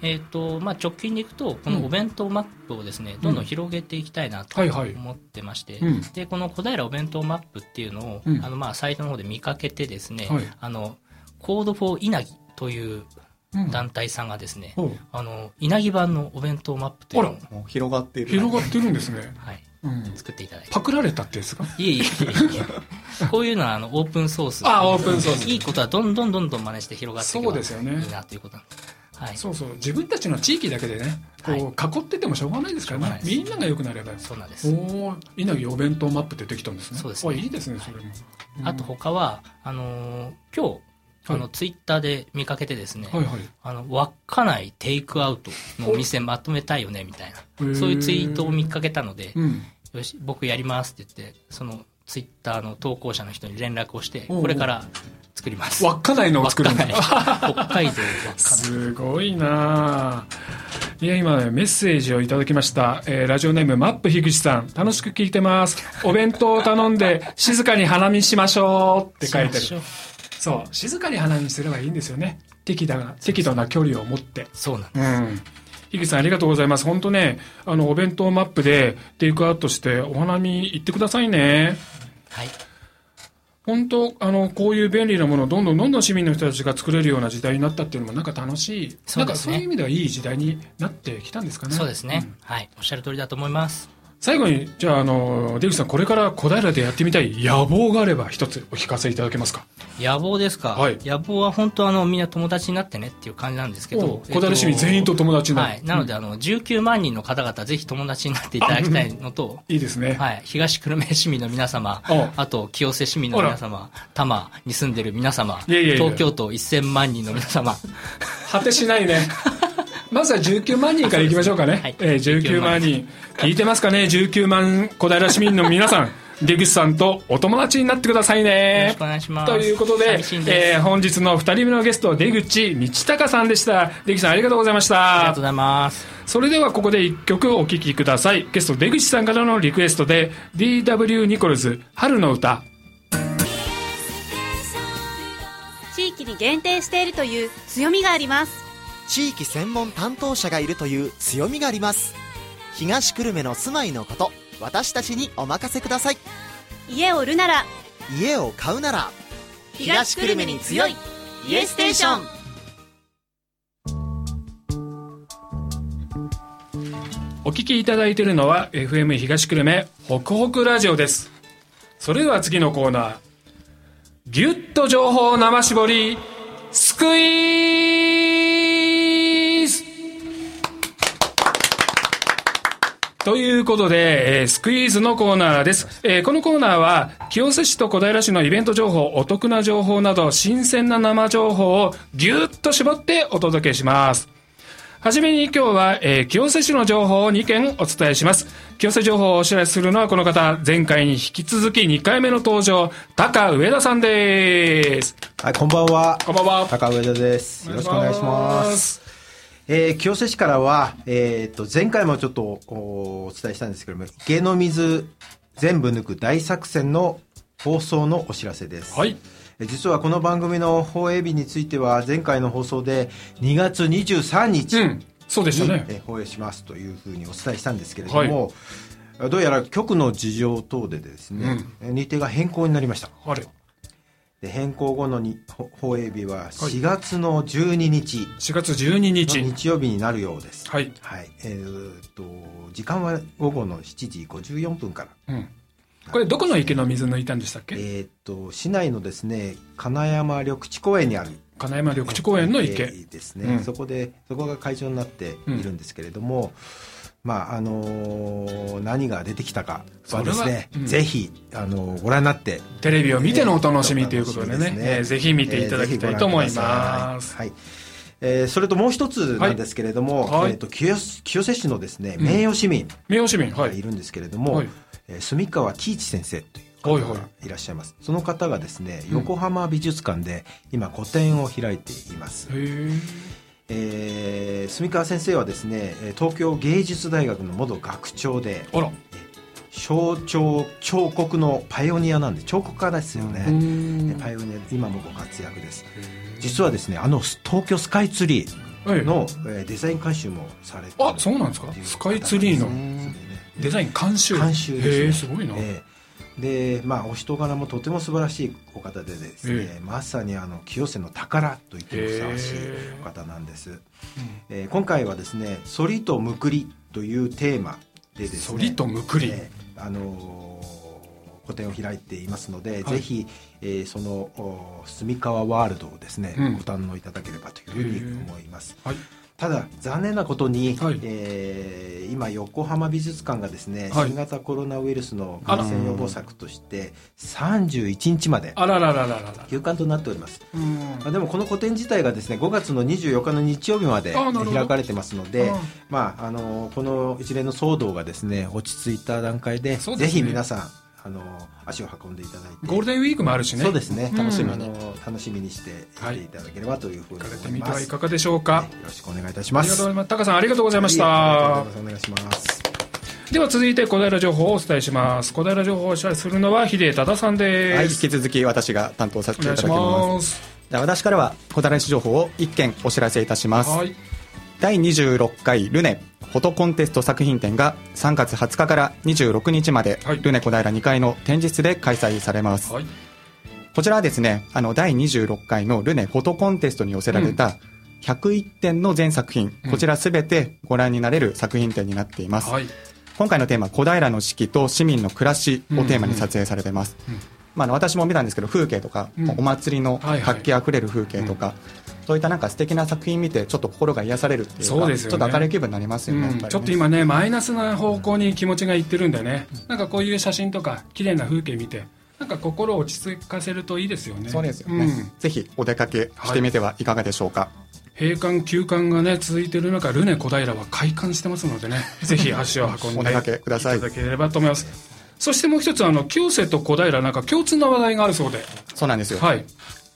えーとまあ、直近でいくとこ
うん
のお弁当マップをですね、どんどん広げていきたいなと
はいはい
思ってまして、
うん
でこの小平お弁当マップっていうのを、
うん
あのまあサイトの方で見かけてですね、
はい
あのコードフォー稲城という
うん
団体さんがですね、
おう
あの稲城版のお弁当マップというのを
もう広がっている
広がってるんですね、
はい
うん、
作っていただいて、
パクられたってやつか
いえいえいえい えこういうのはあのオープンソース
あオープンソース
いいことはどんどんどんどん真似して広がっていけ
そうですよね
ばいいなということなんで
そうそう自分たちの地域だけでねこう囲っててもしょうがないですからね、みんなが良くなれば
そうなんです
おお稲城お弁当マップ出てきたんですね
そうですね
あいいですねそれも、
あと他は、あのー今日、あのツイッターで見かけてですね、
はいはい
あの稚内テイクアウトのお店まとめたいよねみたい
へー
なそういうツイートを見かけたので、
うん
よし僕やりますって言ってそのツイッターの投稿者の人に連絡をして
おうおう
これから作ります
稚内のを作るんだ
稚内北海道
すごいなあいや今ねメッセージをいただきました、えーラジオネームマップ樋口さん楽しく聞いてますお弁当を頼んで静かに花見しましょうって書いて
しま
るそう静かに花見すればいいんですよね適度な適度な距離を持って
そうなん
うん樋口さんありがとうございます本当ねあのお弁当マップでテイクアウトしてお花見行ってくださいね
はい
本当あのこういう便利なものをどんどんどんどん市民の人たちが作れるような時代になったっていうのもなんか楽しい、
そ
な
うんで
か
す
そう
ね
いう意味ではいい時代になってきたんですかね
そうですね、はいおっしゃる通りだと思います
最後にじゃああの出口さんこれから小平でやってみたい野望があれば一つお聞かせいただけますか
野望ですか、野望は本当あのみんな友達になってねっていう感じなんですけ
お
ど
う小平市民全員と友達になる
はい、なのであの19万人の方々ぜひ友達になっていただきたいのと
いいですね、
はい、東久留米市民の皆様
おう
あと清瀬市民の皆様多摩に住んでる皆様
いやいやいや
東京都1000万人の皆様
果てしないねまずは19万人からいきましょうかね、えー、19万人聞いてますかね19万小平市民の皆さん出口さんとお友達になってくださいね
よろしくお願いします
ということで
寂しいんです
えー本日の2人目のゲスト出口道隆さんでした出口さんありがとうございましたありがとう
ございます
それではここで1曲お聴きくださいゲスト出口さんからのリクエストで DW ニコルズ「春の歌
地域に限定しているという強みがあります
地域専門担当者がいるという強みがあります東久留米の住まいのこと私たちにお任せください
家を売るなら
家を買うなら
東久留米に強い家ステーション」
お聴きいただいているのは FM 東久留米ホクホクラジオですそれでは次のコーナーギュッと情報生絞りスクイーズということで、えースクイーズのコーナーです、えーこのコーナーは、清瀬市と小平市のイベント情報、お得な情報など、新鮮な生情報をぎゅっと絞ってお届けします。はじめに今日は、えー清瀬市の情報を2件お伝えします。清瀬情報をお知らせするのはこの方、前回に引き続き2回目の登場、高上田さんです。
はい、こんばんは。
こんばんは。
高上田です。よろしくお願いします。えー、清瀬市からは、えーっと、前回もちょっとおお伝えしたんですけども、池の水全部抜く大作戦の放送のお知らせです。
はい。
実はこの番組の放映日については、前回の放送で2月23日に、
そうでしたね
えー放映しますというふうにお伝えしたんですけれども、どうやら局の事情等でですね、えー日程が変更になりました。
あれ
で変更後のにほ放映日は4月の12日、
4月12日
日曜日になるようです
はい、
えーっと時間は午後の7時54分から
うんこれどこの池の水抜いたんでしたっけ
えーっと市内のですね金山緑地公園にある
金山緑地公園の池
えーですね、
うん
そこでそこが会場になっているんですけれども、まああのー何が出てきたかはですね、
それはうん
ぜひ、あのーご覧になって
テレビを見てのお楽しみということでね
えーお楽しみ。
えーぜひ見ていただきたいと思います
はい。えーそれともう一つなんですけれども、
はいはい
えーと清清瀬市のですね
うん
名誉市民、
名誉市民
はいいるんですけれども、
はい
えー住川喜一先生という
はい
方
はい
がいらっしゃいます。その方がですね横浜美術館で今個展を開いています。えー住川先生はですねえー東京芸術大学の元学長で
あら
象徴彫刻のパイオニアなんで彫刻家ですよねでパイオニア今もご活躍です実はですねあの東京スカイツリーの、えーデザイン監修もされて
あそうなんですかスカイツリーのデザイン監修
監修です、
へえすごいな
ええでまあお人柄もとても素晴らしいお方でですね、まさにあの清瀬の宝と言ってもふさわしいお方なんです、えー今回はですね「反りとむくり」というテーマでですね
反りとむくり
えーあのー個展を開いていますので、
はい
ぜひ、えーそのお住川ワールドをですね、
うん
ご堪能いただければというふうに思います、ただ残念なことに、えー今横浜美術館がですね、
はい
新型コロナウイルスの感染予防策として31日まで
あらららららら
休館となっておりますまあ、でもこの個展自体がですね5月の24日の日曜日まで
あーなるほど
開かれてますので
うん
まあ、あのこの一連の騒動がですね落ち着いた段階で
そうですね
ぜひ皆さんあの足を運んでいただいて
ゴールデンウィークもあるしね
そうですね楽しみに、
うん
あの楽しみにして来ていただければというふうに
て
思い
みて
ま
はい
す、
かがでしょうか、
よろしくお願いいたしま
あ
す
りがとうございます高さんありがとうございました
はいありがとうございますお願いします
では続いて小平情報をお伝えします小平情報をお伝えするのは秀忠さんです、
はい、引き続き私が担当させていただき
お願いしま
ます。では私からは小田原市情報を1件お知らせいたします。
はい
第26回ルネフォトコンテスト作品展が3月20日から26日まで、ルネ小平2階の展示室で開催されます。
はい
こちらはですね、あの第26回のルネフォトコンテストに寄せられた101点の全作品、こちらすべてご覧になれる作品展になっています。
はい
今回のテーマ、小平の四季と市民の暮らしをテーマに撮影されています。まああの、私も見たんですけど風景とか、
うん
お祭りの活気あふれる風景とか、そういったなんか素敵な作品見てちょっと心が癒されるっていうか
そうですよね
ちょっと明るい気分になりますよね,やぱりね、
うんちょっと今ねマイナスな方向に気持ちがいってるんでね、なんかこういう写真とか綺麗な風景見てなんか心を落ち着かせるといいですよね
そうですよね、
ん
ぜひお出かけしてみてはいかがでしょうか、
閉館休館がね続いている中ルネ小平は開館してますので ねぜひ足を運んで
お出かけください
いただければと思いますそしてもう一つあの清瀬と小平なんか共通の話題があるそうで
そうなんですよ、
はい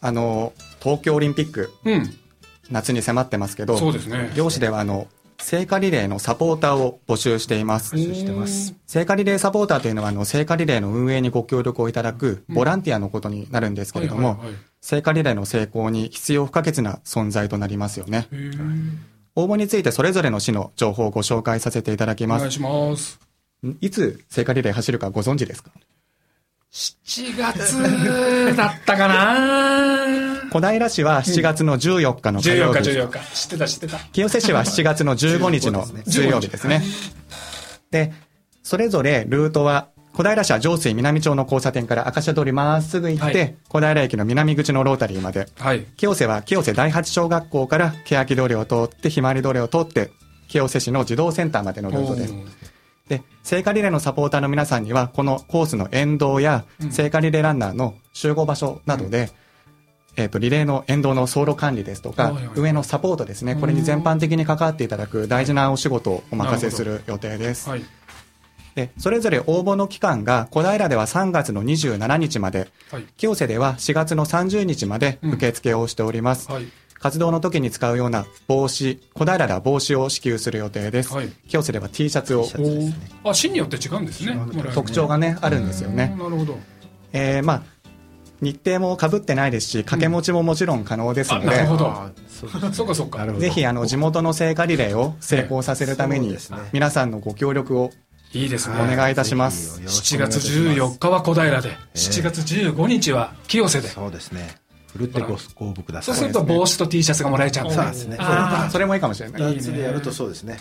あの東京オリンピック、
うん
夏に迫ってますけど
そうですね
漁師ではあの聖火リレーのサポーターを募集しています募集してます聖火リレーサポーターというのはあの聖火リレーの運営にご協力をいただくボランティアのことになるんですけれども、聖火リレーの成功に必要不可欠な存在となりますよね応募についてそれぞれの市の情報をご紹介させていただき
お
ま
願い
す
します
んいつ聖火リレー走るかご存知ですか
7月だったかな
小平市は7月の14日の火
14
曜
日
日、
14日知ってた知ってた
清瀬市は7月の15日の水曜日ですね。で、それぞれルートは、小平市は上水南町の交差点から赤社通りまっすぐ行って、
はい
小平駅の南口のロータリーまで。
はい
清瀬は清瀬第八小学校から欅通りを通って、ひまわり通りを通って、清瀬市の児童センターまでのルートです。で、聖火リレーのサポーターの皆さんには、このコースの沿道や、聖火リレーランナーの集合場所などで、えっ、と、リレーの沿道の走路管理ですとか、上のサポートですね、これに全般的に関わっていただく大事なお仕事をお任せする予定です。
はい
で、それぞれ応募の期間が、小平では3月の27日まで、
はい
清瀬では4月の30日まで受付をしております。
はい
活動の時に使うような帽子、小平では帽子を支給する予定です。清瀬では T シャツを
あ市によって違うんですねもらえる
特徴がね、あるんですよね。
なるほど
えーまあ、日程もかぶってないですし、掛け持ちももちろん可能です
あ
ので、
なるほど そうかそうか
ぜひあの地元の聖火リレーを成功させるために、皆さんのご協力を
いいですね
お願いいたします。
7月14日は小平で、7月15日は清瀬で
そうですねふるってごご応募くだ
そ
さいう
すると帽子と T シャツがもらえちゃうん
そうですね
あー
それもいいかもしれない。
ダーツでやるとそうですね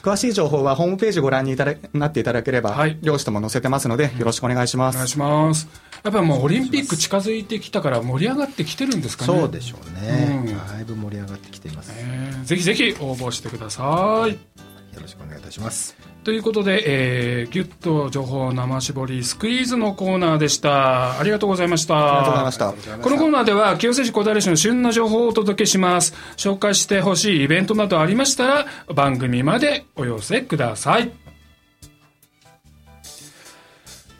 詳しい情報はホームページご覧にいただなっていただければ、漁師とも載せてますので、よろしくお願いしま
お願いし
す。
ますやっぱりもうオリンピック近づいてきたから盛り上がってきてるんですかね
そうでしょうね、
うん
だいぶ盛り上がってきています、
えーぜひぜひ応募してください
よろしくお願いいたします
ということで、えー、ギュッと情報生絞りスクイーズのコーナーでした。ありがとうございました。
ありがとうございました。
このコーナーでは、清瀬市小平市の旬な情報をお届けします。紹介してほしいイベントなどありましたら、番組までお寄せください。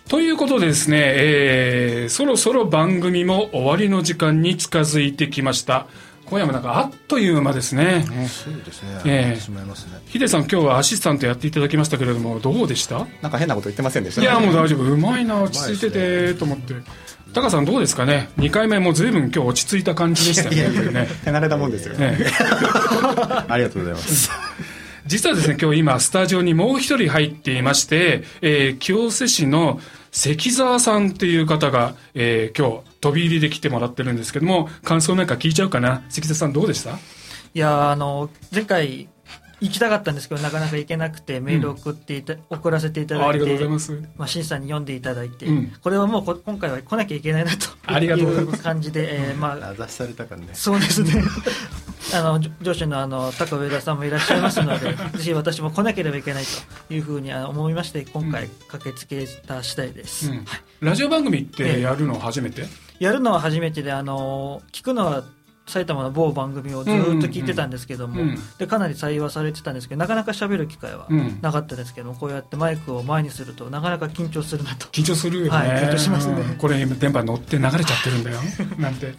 ということでですね、えー、そろそろ番組も終わりの時間に近づいてきました。今夜もなんかあっという間ですね。
そうですね、
ええ
やってしまいますね
ヒデさん、今日はアシスタントやっていただきましたけれども、どうでした
なんか変なこと言ってませんでした
いやもう大丈夫うまいな落ち着いててと思ってタカさんどうですかね2回目も随分今日落ち着いた感じでしたよねやっぱりね
手慣れたもんですよ。
ね
ありがとうございます。
実はですね今日今スタジオにもう一人入っていまして、えー清瀬市の関澤さんっていう方が、えー今日飛び入りで来てもらってるんですけども感想なんか聞いちゃうかな関澤さんどうでした
いやーあの前回行きたかったんですけどなかなか行けなくてメールを送っていた、送らせていただいて
あありがとうございます
まあ、審査に読んでいただいて、
うん
これはもうこ今回は来なきゃいけないなと
ありがとうございます
感じで、えーまあ
出されたかね
そうですね
あのじょ上司のあの高上田さんもいらっしゃいます のでぜひ私も来なければいけないというふうにあの思いまして今回駆けつけた次第です、
うんラジオ番組ってやるの初めて、
やるのは初めてであの聞くのは埼玉の某番組をずっと聞いてたんですけども、
うんうんうん
でかなり採用されてたんですけどなかなか喋る機会は
うん
なかったですけども、こうやってマイクを前にするとなかなか緊張するなと
緊張するよね、
はい、緊張しますね、
うんこれ今電波に乗って流れちゃってるんだ よなんて、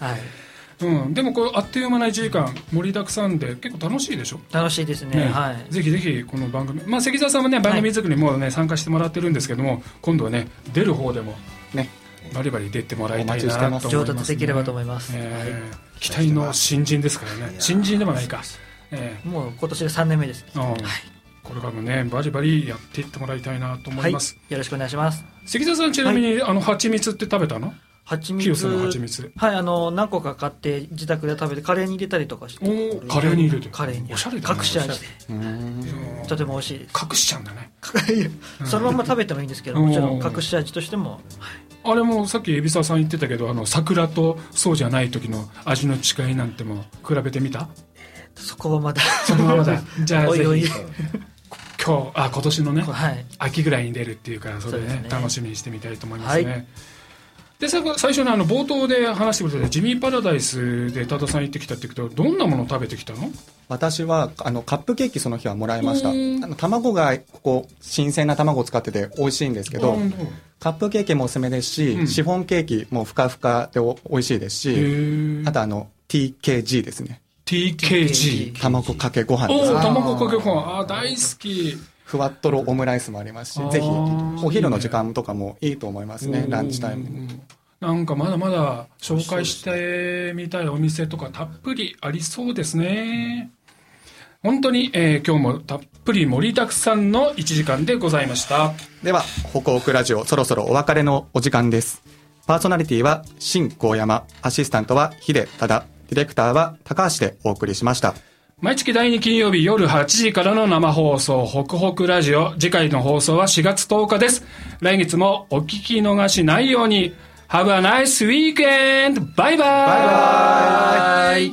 うん、でもこれあっという間な1時間盛りだくさんで結構楽しいでしょ
楽しいですねはい
ぜひぜひこの番組、まあ、関澤さんもね番組作りもうね、参加してもらってるんですけども今度はね出る方でも
ね
バリバリ出てもらい
お
た
待
い
ちして
な
ま
と
す
思
上
います
達できればと思います、
えー期待の新人ですからね新人でもないか、え
もう今年で3年目です
ーうんこれからもねバリバリやっていってもらいたいなと思います、
よろしくお願いします
関澤さんちなみに、あの蜂蜜って食べたの
蜂
キヨスの蜂蜜
はいあの何個か買って自宅で食べてカレーに入れたりとかして
カレーに入れて
カレーにおしゃれ
だね
隠し味でとても美味しいです
隠しちゃうんだ ね
そのまま食べてもいいんですけどもちろん隠し味としても
あれもさっき海老沢さん言ってたけどあの桜とそうじゃない時の味の違いなんても比べてみた
そこはまだ
そのまま だじゃあ
おいおい
ぜひ今日あ今年のね、
はい
秋ぐらいに出るっていうからそれね
そうですね
楽しみにしてみたいと思いますね、
はい
でさ最初にあの冒頭で話してくれたジミーパラダイスで多田さん行ってきたって言うけどどんなものを食べてきたの
私はあのカップケーキその日はもらいましたあ
うん
の卵がここ新鮮な卵を使ってて美味しいんですけど
うん
カップケーキもおすすめですし、シフォンケーキもふかふかでお美味しいですしあとあの TKG ですね
TKG
卵かけご飯
お
です
お
ね
卵かけご飯あー大好き
ふわっとろオムライスもあります
あー
しぜひお昼の時間とかもいいと思いますねランチタイムに
なんかまだまだ紹介してみたいお店とかたっぷりありそうですね。本当に、えー今日もたっぷり盛りだくさんの1時間でございました。
ではホクホクラジオそろそろお別れのお時間ですパーソナリティは新高山アシスタントはヒデタダディレクターは高橋でお送りしました
毎月第2金曜日夜8時からの生放送、ホクホクラジオ。次回の放送は4月10日です。来月もお聞き逃しないように。Have a nice weekend! バイバイバイバイ